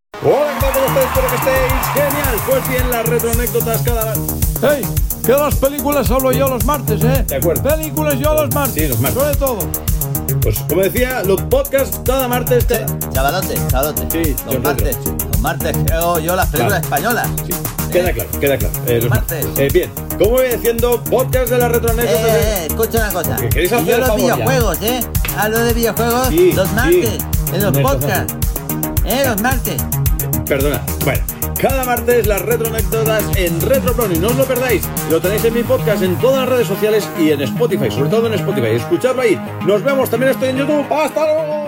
Hola, ¿qué tal? ¿Cómo estáis? Espero que estéis genial. Pues bien, las retroanécdotas cada... ¡Ey! Que de las películas hablo yo los martes, ¿eh? De acuerdo. Películas yo los martes. Sí, los martes. Sobre todo. Pues como decía, los podcasts cada martes... cada- Chavalote, chavalote. Sí, los yo martes. Los martes creo yo las películas Claro. españolas. Eh, Sí, Queda claro, queda claro. Eh, los Martes. martes. Eh, bien, como voy diciendo, podcast de las Eh, retroanécdotas... eh, escucha una cosa. ¿Qué queréis Y hacer yo el los favor ya? videojuegos, ¿eh? Hablo de videojuegos Sí, los sí. martes. En los Nuestro podcasts. Eh, los martes. Perdona. Bueno, cada martes las retroanécdotas en Retroploni. No os lo perdáis. Lo tenéis en mi podcast, en todas las redes sociales y en Spotify. Sobre todo en Spotify. Escuchadlo ahí. Nos vemos. También estoy en YouTube. ¡Hasta luego!